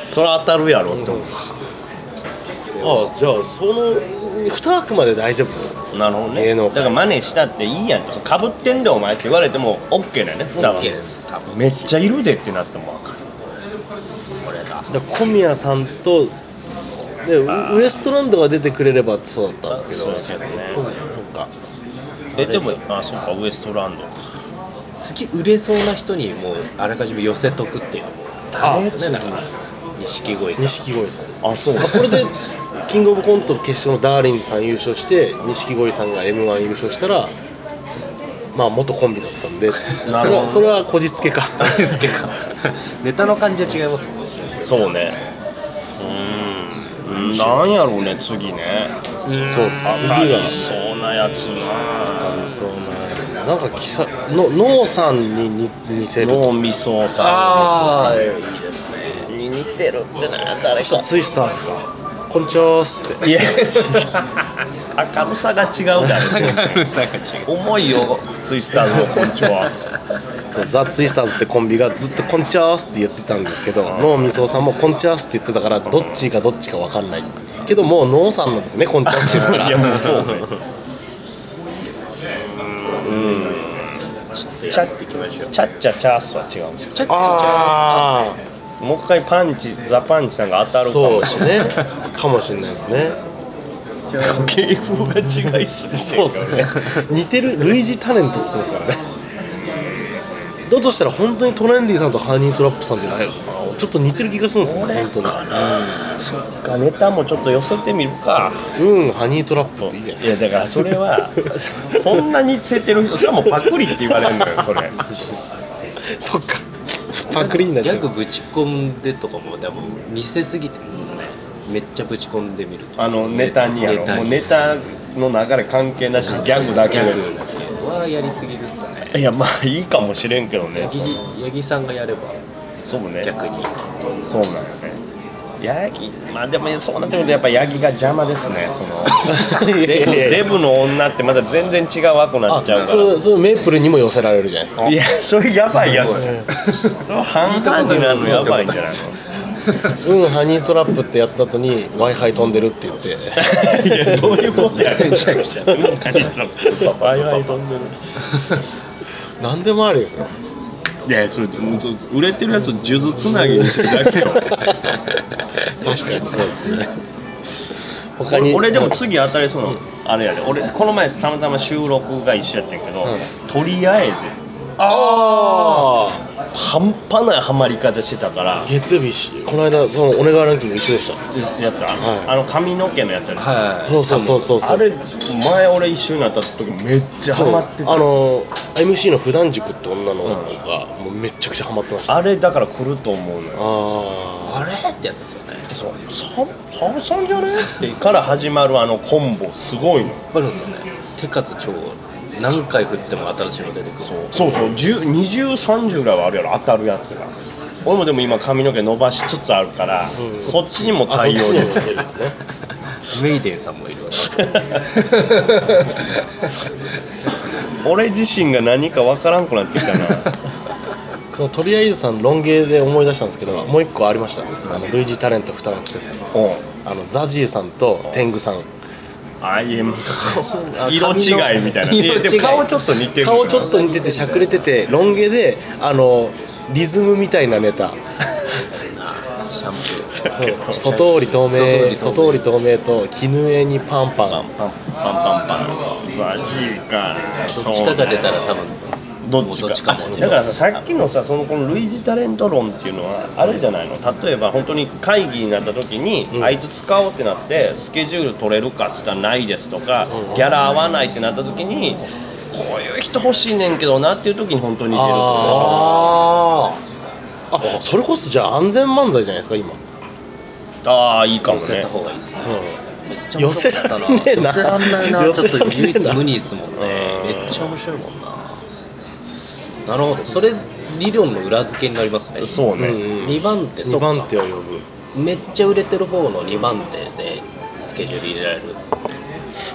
[SPEAKER 2] それ当たるやろって思
[SPEAKER 1] あじゃあその2枠まで大丈夫ってことです
[SPEAKER 2] うなるほどね
[SPEAKER 1] 芸能
[SPEAKER 2] だ
[SPEAKER 1] 界
[SPEAKER 2] から真似したっていいやんかぶってんでお前って言われても OK だよねだから
[SPEAKER 3] OK です多分
[SPEAKER 2] めっちゃいるでってなってもわかる
[SPEAKER 3] これだ
[SPEAKER 1] だから小宮さんとでウウエストランドが出てくれればそうだったんですけど
[SPEAKER 2] そうですよね
[SPEAKER 1] そうなんか
[SPEAKER 2] えでもあそうかウエストランドか
[SPEAKER 3] 次売れそうな人にもうあらかじめ寄せとくっていうのもダメですね
[SPEAKER 1] あ
[SPEAKER 3] だから錦鯉さ
[SPEAKER 1] 錦鯉さん
[SPEAKER 2] あそう
[SPEAKER 1] これでキングオブコント決勝のダーリンさん優勝して錦鯉さんが m 1優勝したらまあ元コンビだったんでそれ
[SPEAKER 2] なるほ
[SPEAKER 1] は
[SPEAKER 2] ど
[SPEAKER 1] それはこじつけか
[SPEAKER 3] んあれですけどネタの感じは違いますもんね
[SPEAKER 2] そうねうーんなんやろうね次ね
[SPEAKER 1] そう
[SPEAKER 2] 当
[SPEAKER 1] 次
[SPEAKER 2] た
[SPEAKER 1] が
[SPEAKER 2] りそうなやつな
[SPEAKER 1] 当たりそうななんか記者のノーさんにに似せる
[SPEAKER 2] 脳みそさん
[SPEAKER 3] あ
[SPEAKER 2] 脳みそ
[SPEAKER 3] いいですね
[SPEAKER 2] さんに似てるってなった
[SPEAKER 1] そしたらツイスターズか「こんにちは」っすって
[SPEAKER 2] いや明るさが違うから
[SPEAKER 3] 明るさが違う
[SPEAKER 2] 重いよツイスターズのこんにちは
[SPEAKER 1] そうザ・ツイスターズってコンビがずっと「こんにちは」っすって言ってたんですけどノーみそさんも「こんにちは」っすって言ってたからどっちがどっちか分かんないけどもうノーさんなんですね「こんにちは」っすって言ったら
[SPEAKER 2] いやもうそうねうんチャッてきましょうチャッチャチャースは違うんですよ
[SPEAKER 3] ちょっと
[SPEAKER 1] ああ
[SPEAKER 2] もう一回パンチザパンチさんが当たるか
[SPEAKER 1] そう
[SPEAKER 2] も
[SPEAKER 1] で
[SPEAKER 2] し
[SPEAKER 1] す
[SPEAKER 2] れない
[SPEAKER 1] ねかもしれないですね
[SPEAKER 2] 芸風が違いすぎて
[SPEAKER 1] そうですね似てる類似タレントっつってますからねだとしたら本当にトレンディさんとハニートラップさんじゃないのかなちょっと似てる気がするんですよね本当に
[SPEAKER 2] そっかネタもちょっと寄せてみるか
[SPEAKER 1] うんハニートラップっていい
[SPEAKER 2] い
[SPEAKER 1] じゃない
[SPEAKER 2] や
[SPEAKER 1] ですか
[SPEAKER 2] だからそれ はそんなに捨ててる人それはもうパクリって言われるのよそれ
[SPEAKER 1] そっかパクリになっちゃ
[SPEAKER 3] ギャ
[SPEAKER 1] う
[SPEAKER 3] グぶち込んでとかもでも見せすぎてるんですかねめっちゃぶち込んでみると
[SPEAKER 2] あのネタにやろ
[SPEAKER 3] ネタに
[SPEAKER 2] もうネタの流れ関係なしにギャグだけ
[SPEAKER 3] ギ
[SPEAKER 2] の
[SPEAKER 3] ャ
[SPEAKER 2] や
[SPEAKER 3] グ
[SPEAKER 2] つ
[SPEAKER 3] だけはやりすぎですかね
[SPEAKER 2] いやまあいいかもしれんけどね
[SPEAKER 3] 八木八木さんがやれば
[SPEAKER 2] そうね
[SPEAKER 3] 逆に
[SPEAKER 2] そうなんよねヤギまあでもそうなってくるとやっぱヤギが邪魔ですねその
[SPEAKER 1] いやい
[SPEAKER 2] デブ
[SPEAKER 1] やいや
[SPEAKER 2] デブの女ってまだ全然違う枠にな
[SPEAKER 1] あ
[SPEAKER 2] っちゃう
[SPEAKER 1] そ
[SPEAKER 2] か
[SPEAKER 1] れそれメープルにも寄せられるじゃないですから
[SPEAKER 2] いやそれやばいやつそれ半々になるのやばいんじゃないの
[SPEAKER 1] 「うんハニートラップ」ってやった後に w i f i 飛んでるって言って
[SPEAKER 2] いやどういうことやねんじゃあワイワイ飛んでる
[SPEAKER 1] 何でもありですよ
[SPEAKER 2] いやそれそれ売れてるやつ数珠つなぎにするだけよ
[SPEAKER 1] 確かにそうですね他
[SPEAKER 2] 俺
[SPEAKER 1] に
[SPEAKER 2] 俺でも次当たりそうなの、あれやで俺この前たまたま収録が一緒やってんけ
[SPEAKER 1] う
[SPEAKER 2] ど、
[SPEAKER 1] ん
[SPEAKER 2] とりあえず
[SPEAKER 1] あ
[SPEAKER 2] 半端ないハマり方してたから
[SPEAKER 1] あ月曜日しこの間そのお願いランキング一緒でした
[SPEAKER 2] やった、
[SPEAKER 1] はい
[SPEAKER 2] あの髪の毛のやつやで、
[SPEAKER 3] は
[SPEAKER 1] そうそうそうそうそう
[SPEAKER 2] あれ前俺一緒になった時めっちゃ
[SPEAKER 1] そ
[SPEAKER 2] ハ
[SPEAKER 1] う
[SPEAKER 2] マ
[SPEAKER 1] あ
[SPEAKER 2] ってた
[SPEAKER 1] の MC の普段塾って女の子がもうめちゃくちゃハマってましたあ
[SPEAKER 2] あれだから来ると思うのよ
[SPEAKER 1] あ
[SPEAKER 3] あれってやつですよね。
[SPEAKER 2] そう「ささんさんじゃね?」ってから始まるあのコンボすごいの
[SPEAKER 3] あるんですよね。手数超何回振っても新しいの出てくる。
[SPEAKER 2] そうそう2030ぐらいはあるやろ当たるやつが俺もでも今髪の毛伸ばしつつあるから、
[SPEAKER 1] うん
[SPEAKER 2] そっちにも
[SPEAKER 1] あ
[SPEAKER 2] 対応
[SPEAKER 1] そっち
[SPEAKER 2] で
[SPEAKER 1] にも対応ですね
[SPEAKER 3] メイデンさんもいるわ。
[SPEAKER 2] 俺自身が何かわからんくなって きたな
[SPEAKER 1] そのとりあえずさんロン毛で思い出したんですけどもう一個ありましたあの類似タレント二学節
[SPEAKER 2] うん
[SPEAKER 1] あのザジーさんと天狗さん
[SPEAKER 2] あいえ
[SPEAKER 3] あ
[SPEAKER 2] 色違いみたいな
[SPEAKER 3] 髪の
[SPEAKER 2] いやで
[SPEAKER 3] 色
[SPEAKER 2] も
[SPEAKER 3] 違い
[SPEAKER 2] 顔ちょっと似てる
[SPEAKER 1] 顔ちょっと似ててしゃくれててロン毛であのリズムみたいなネ タ
[SPEAKER 3] シャンプー。
[SPEAKER 1] ととり透明ととり透明と絹枝にパンパ
[SPEAKER 2] パ
[SPEAKER 1] ン
[SPEAKER 2] ンパンパンパンパンザジーか
[SPEAKER 3] どっちかが出たら多分
[SPEAKER 2] どっちか
[SPEAKER 3] どっちかも
[SPEAKER 2] だからささっきのさそのこの類似タレント論っていうのはあれじゃないの例えば本当に会議になった時に、
[SPEAKER 1] うん
[SPEAKER 2] あいつ使おうってなってスケジュール取れるかって言ったらないですとか、
[SPEAKER 1] うん
[SPEAKER 2] ギャラ合わないってなった時にこういう人欲しいねんけどなっていう時に本当に似てるってこ
[SPEAKER 3] あ
[SPEAKER 1] あそれこそじゃあ安全漫才じゃないですか今、
[SPEAKER 2] とああーいい
[SPEAKER 3] あ。
[SPEAKER 2] かも
[SPEAKER 3] 寄せ
[SPEAKER 2] ね
[SPEAKER 3] た方がいいですね。めっちゃ
[SPEAKER 1] 寄
[SPEAKER 3] 面
[SPEAKER 1] せ
[SPEAKER 3] 白か
[SPEAKER 1] ら
[SPEAKER 3] った
[SPEAKER 1] ん
[SPEAKER 3] な
[SPEAKER 1] ねえな
[SPEAKER 3] 寄せらんないな
[SPEAKER 1] 寄
[SPEAKER 3] ちょっ
[SPEAKER 1] せらん
[SPEAKER 3] と
[SPEAKER 1] ねえな
[SPEAKER 3] 唯一無二 っすもんね
[SPEAKER 1] うん
[SPEAKER 3] めっちゃ面白いもんななるほどそれ理論の裏付けになりますね
[SPEAKER 2] そうね、
[SPEAKER 1] うん
[SPEAKER 3] 2番手
[SPEAKER 1] 2
[SPEAKER 3] そっか
[SPEAKER 1] 番手を呼ぶ
[SPEAKER 3] めっちゃ売れてる方の2番手でスケジュール入れられる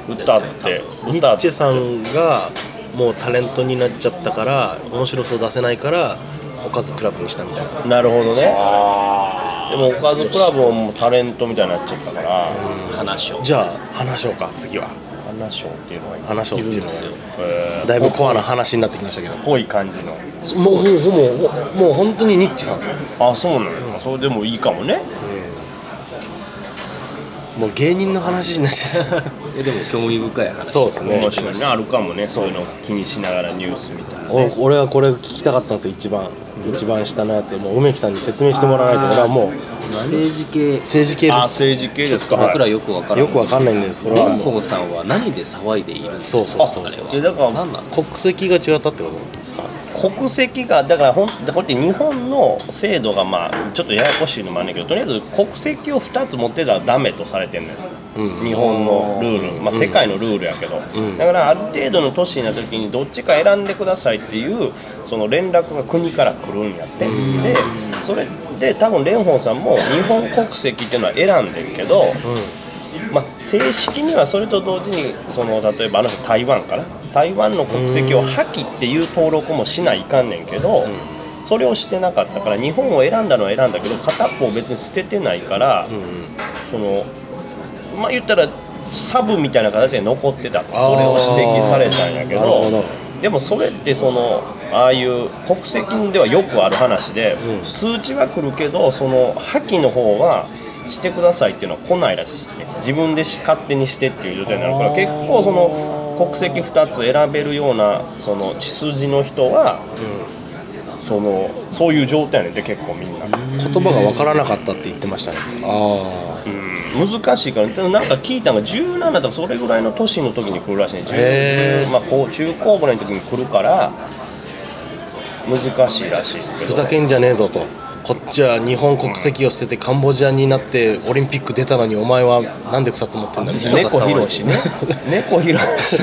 [SPEAKER 2] 歌って
[SPEAKER 1] ニ
[SPEAKER 2] 歌
[SPEAKER 1] ッ
[SPEAKER 2] って
[SPEAKER 1] チェさんがもうタレントになっちゃったから面白そう出せないからおかずクラブにしたみたいな
[SPEAKER 2] なるほどねでもおかずクラブはもうタレントみたいになっちゃったから、
[SPEAKER 3] 話を
[SPEAKER 1] じゃあ話しようか次は
[SPEAKER 2] 花賞っていうのがいい
[SPEAKER 1] 話しようっていうの
[SPEAKER 3] いるん
[SPEAKER 1] は
[SPEAKER 2] えー
[SPEAKER 1] だいぶコアな話になってきましたけども
[SPEAKER 2] 濃い感じの
[SPEAKER 1] うもうもうもうもう本当にニッチェさんですよ、
[SPEAKER 2] あそうなの、それでもいいかもね
[SPEAKER 1] もう芸人の話になっちゃう
[SPEAKER 3] えでも興味深い 話
[SPEAKER 1] そうですね
[SPEAKER 2] 面白いねあるかもねそういうの気にしながらニュースみたいな
[SPEAKER 1] お俺はこれ聞きたかったんですよ一番一番下のやつもう梅木さんに説明してもらわないと俺はもう
[SPEAKER 3] 政治系
[SPEAKER 1] 政治系
[SPEAKER 2] あ
[SPEAKER 1] です
[SPEAKER 2] 政治系ですか
[SPEAKER 3] 僕らよくわからない
[SPEAKER 1] よくわかんないんですこれは
[SPEAKER 3] 蓮
[SPEAKER 1] もう
[SPEAKER 3] 舫さんは何で騒いでいるんです
[SPEAKER 1] そうそうそうそう
[SPEAKER 2] いやだから
[SPEAKER 3] なん
[SPEAKER 1] 国籍が違ったってことですか
[SPEAKER 2] 国籍がだからほんこうやって日本の制度がまあちょっとややこしいのもあるんだけどとりあえず国籍を2つ持ってたらダメとされてるのよ
[SPEAKER 1] うん
[SPEAKER 2] 日本のルール、まあ、
[SPEAKER 1] うん
[SPEAKER 2] 世界のルールやけど、
[SPEAKER 1] うん
[SPEAKER 2] だからある程度の年になった時にどっちか選んでくださいっていうその連絡が国から来るんやって、
[SPEAKER 1] うん
[SPEAKER 2] でそれで多分蓮舫さんも日本国籍っていうのは選んでるけど、まあ、正式にはそれと同時にその例えばあの人台湾かな台湾の国籍を破棄っていう登録もしないかんねんけど、
[SPEAKER 1] うん
[SPEAKER 2] それをしてなかったから日本を選んだのは選んだけど片っぽを別に捨ててないから、
[SPEAKER 1] うんうん
[SPEAKER 2] そのまあ言ったらサブみたいな形で残ってたと
[SPEAKER 1] あー
[SPEAKER 2] それを指摘されたんやけど
[SPEAKER 1] なるほど
[SPEAKER 2] でもそれってそのああいう国籍ではよくある話で、
[SPEAKER 1] うん
[SPEAKER 2] 通知は来るけどその破棄の方はしてくださいっていうのは来ないらしいね自分でし勝手にしてっていう状態になるから
[SPEAKER 1] あー
[SPEAKER 2] 結構その国籍2つ選べるようなその血筋の人はそのそういう状態やねんて結構みんな。
[SPEAKER 1] うん言葉が分からなかったって言ってましたねあ
[SPEAKER 2] うん難しいからでもなんか聞いたのが17とかそれぐらいの年の時に来るらしいね
[SPEAKER 1] へー
[SPEAKER 2] 10まあ、こう中高ぐらいの時に来るから難しいらしいけ
[SPEAKER 1] あふ
[SPEAKER 2] ど
[SPEAKER 1] ざけんじゃねえぞとこっちは日本国籍を捨ててカンボジアになってオリンピック出たのにお前はなんで2つ持ってんだみたいな
[SPEAKER 2] 猫ひろしね猫ひろし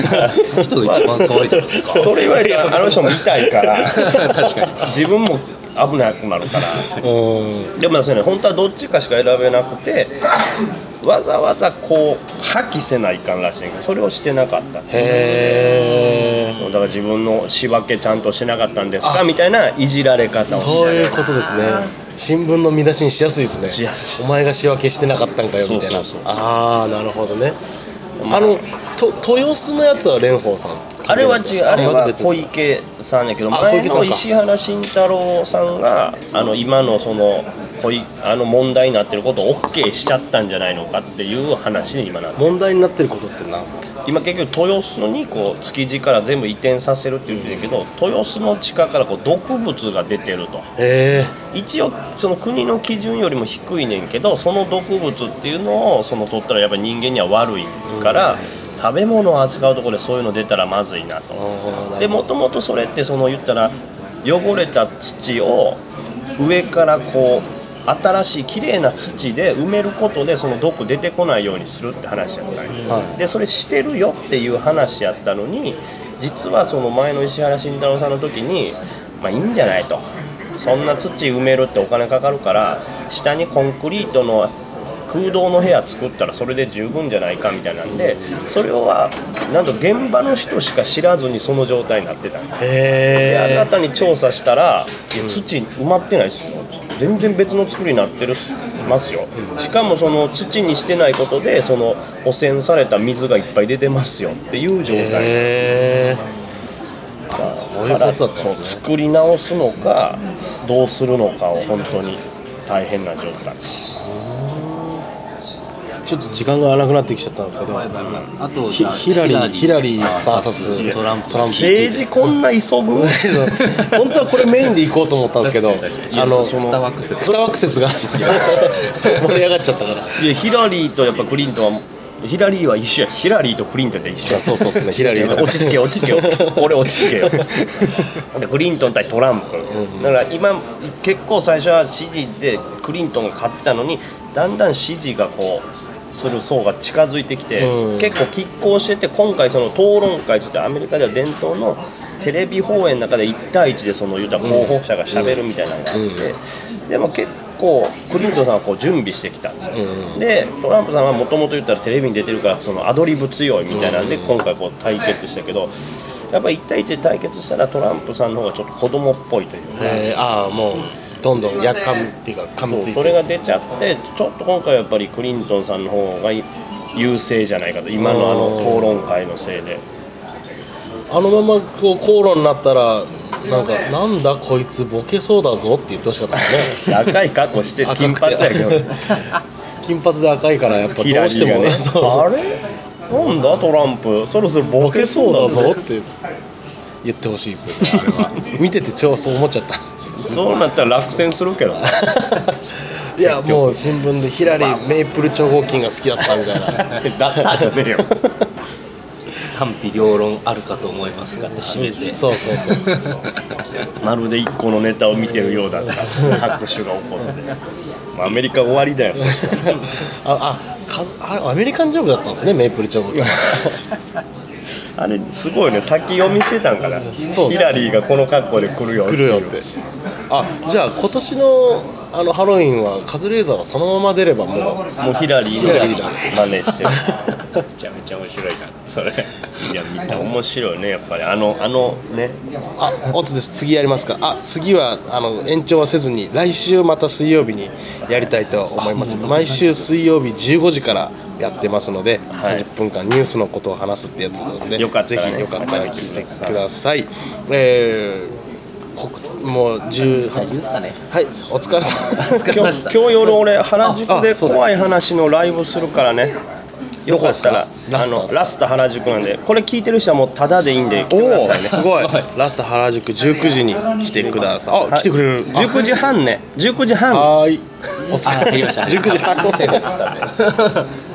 [SPEAKER 3] 人が一番騒いでるんですか
[SPEAKER 2] それ言われたらあの人も痛いから
[SPEAKER 3] 確かに
[SPEAKER 2] 自分も危なくなるから
[SPEAKER 1] うん
[SPEAKER 2] でもそうね本当はどっちかしか選べなくてわざわざこう破棄せないかんらしいねんけどそれをしてなかった
[SPEAKER 1] へ
[SPEAKER 2] そう
[SPEAKER 1] え
[SPEAKER 2] だから自分の仕分けちゃんとしなかったんですか
[SPEAKER 1] あ
[SPEAKER 2] みたいないじられ方をして
[SPEAKER 1] そういうことですね新聞の見出しにしやすいですね
[SPEAKER 2] しやすい
[SPEAKER 1] お前が仕分けしてなかったんかよみたいな
[SPEAKER 2] そうそうそう
[SPEAKER 1] ああなるほどね
[SPEAKER 2] まあ
[SPEAKER 1] あのと豊洲のやつは蓮舫さん
[SPEAKER 2] あれは違う、あれ
[SPEAKER 1] また
[SPEAKER 2] は
[SPEAKER 1] 別です
[SPEAKER 2] 小
[SPEAKER 1] か
[SPEAKER 2] 池さんやけど、
[SPEAKER 1] あ小
[SPEAKER 2] 前
[SPEAKER 1] 池さん
[SPEAKER 2] の
[SPEAKER 1] か
[SPEAKER 2] 石原慎太郎さんが、あの今のその小いあの問題になってることを OK しちゃったんじゃないのかっていう話に今なってる
[SPEAKER 1] 問題になってることって何ですか
[SPEAKER 2] 今結局豊洲にこう築地から全部移転させるって言ってるけど、豊洲の地下からこう毒物が出てると
[SPEAKER 1] え
[SPEAKER 2] 一応その国の基準よりも低いねんけどその毒物っていうのをその取ったらやっぱり人間には悪いから、食べ物を扱うところでそういうの出たらまずいな
[SPEAKER 1] え
[SPEAKER 2] と。
[SPEAKER 1] ー、
[SPEAKER 2] でもともとそれってその言ったら汚れた土を上からこう新しい綺麗な土で埋めることでその毒出てこないようにするって話やったんです、
[SPEAKER 1] はい
[SPEAKER 2] でそれしてるよっていう話やったのに実はその前の石原慎太郎さんの時にまあいいんじゃないとそんな土埋めるってお金かかるから下にコンクリートの空洞の部屋作ったらそれで十分じゃないかみたいなんでそれはなんと現場の人しか知らずにその状態になってたんですで
[SPEAKER 1] へえ
[SPEAKER 2] 新たに調査したら、いや土埋まってないですよ全然別の作りになってるっすますよ、しかもその土にしてないことでその汚染された水がいっぱい出てますよっていう状態
[SPEAKER 1] へえ
[SPEAKER 2] だから
[SPEAKER 1] そういうことだったんですね
[SPEAKER 2] そう作り直すのかどうするのかを本当に大変な状態
[SPEAKER 1] ちょっと時間が荒くなってきちゃったんですけど
[SPEAKER 3] あと
[SPEAKER 1] ひ
[SPEAKER 3] じゃあ
[SPEAKER 1] ヒラリーヒラリー VS
[SPEAKER 3] トランプ
[SPEAKER 1] トランプ
[SPEAKER 2] 政治こんな急ぐ
[SPEAKER 1] 本当はこれメインで行こうと思ったんですけど
[SPEAKER 3] 確かに確かに
[SPEAKER 1] あの
[SPEAKER 3] その二枠説
[SPEAKER 1] 二枠説が 盛り上がっちゃったから
[SPEAKER 2] いやヒラリーとやっぱクリントンはヒラリーは一緒やヒラリーとクリントンって一緒や
[SPEAKER 1] そうそうっすねヒラリーと
[SPEAKER 2] 落ち着け落ち着けよ俺落ち着け よでクリントン対トランプ、
[SPEAKER 1] ん
[SPEAKER 2] だから今結構最初は支持でクリントンが勝ってたのにだんだん支持がこうする層が近づいてきて、
[SPEAKER 1] うん
[SPEAKER 2] 結構拮抗してて今回その討論会ちょっとアメリカでは伝統のテレビ放映の中で1対1でその言うたら候補者がしゃべるみたいなのがあって、でも結構クリントンさんはこう準備してきたんですよ
[SPEAKER 1] うん
[SPEAKER 2] でトランプさんはもともと言ったらテレビに出てるからそのアドリブ強いみたいなんで
[SPEAKER 1] うん
[SPEAKER 2] 今回こう対決したけどやっぱり1対1で対決したらトランプさんの方がちょっと子供っぽいというか。
[SPEAKER 1] えー、ああもうどんどんやっかみっていうか噛みついて
[SPEAKER 2] そうそれが出ちゃってちょっと今回はやっぱりクリントンさんの方が優勢じゃないかと今のあの討論会のせいで
[SPEAKER 1] あのままこう口論になったらなんかなんだこいつボケそうだぞって言ってほしかったですね
[SPEAKER 2] 赤い格 好して金髪やけど
[SPEAKER 1] 赤くて金髪で赤いからやっぱどう
[SPEAKER 2] ヒラリ
[SPEAKER 1] して
[SPEAKER 2] ーが
[SPEAKER 1] も、
[SPEAKER 2] ね
[SPEAKER 1] そうそう
[SPEAKER 2] あれなんだトランプそろそろボ
[SPEAKER 1] ボ
[SPEAKER 2] ケ
[SPEAKER 1] ケ
[SPEAKER 2] そ
[SPEAKER 1] そうう
[SPEAKER 2] だ
[SPEAKER 1] だ
[SPEAKER 2] ぞ
[SPEAKER 1] ぞって言ってほしいですよねあれは見てて超そう思っちゃった
[SPEAKER 2] そうなったら落選するけど
[SPEAKER 1] いやもう新聞でヒラリーメイプル超合金が好きだったみたいな
[SPEAKER 2] だったじゃねえよ
[SPEAKER 3] 賛否両論あるかと思いますが締めて
[SPEAKER 1] そうそうそう
[SPEAKER 2] まるで一個のネタを見てるようだった拍手が起こって、まあ、アメリカ終わり だよそしたら
[SPEAKER 1] ああかずあアメリカンジョークだったんですねメイプル超合金
[SPEAKER 2] あれすごいね先読みしてたんかな
[SPEAKER 1] そうっす
[SPEAKER 2] ヒラリーがこの格好で来るよ
[SPEAKER 1] 来るよってあじゃあ今年のあのハロウィンはカズレーザーはそのまま出ればもう
[SPEAKER 2] もうヒラリー
[SPEAKER 1] ヒラリーだ
[SPEAKER 2] 真似 してるめちゃめちゃ面白いなそれいやみんな面白いねやっぱりあのあのね
[SPEAKER 1] あオツです次やりますかあ次はあの延長はせずに来週また水曜日にやりたいと思います毎週水曜日15時からやってますので、
[SPEAKER 2] はい
[SPEAKER 1] 30分間ニュースのことを話すってやつなので
[SPEAKER 2] よかったらね
[SPEAKER 1] ぜひよかったら聞いてください、えー、告もう18
[SPEAKER 3] 大丈夫ですかね
[SPEAKER 1] はいお疲れ様
[SPEAKER 3] 疲れ
[SPEAKER 2] 今
[SPEAKER 3] ました
[SPEAKER 2] 日今日夜俺原宿で
[SPEAKER 1] あそうだ
[SPEAKER 2] 怖い話のライブするからねよかったらあ
[SPEAKER 1] どこですかラスタ
[SPEAKER 2] のラスタ原宿なんでこれ聞いてる人はもうタダでいいんで来てく
[SPEAKER 1] お
[SPEAKER 2] だ
[SPEAKER 1] お
[SPEAKER 2] さいね
[SPEAKER 1] すごいラスト原宿19時に来てくださいあ来てくれる
[SPEAKER 2] はい19時半ね19時半
[SPEAKER 1] はーいお疲
[SPEAKER 3] あや
[SPEAKER 1] れ
[SPEAKER 3] りました
[SPEAKER 1] 19時半のせいでしたね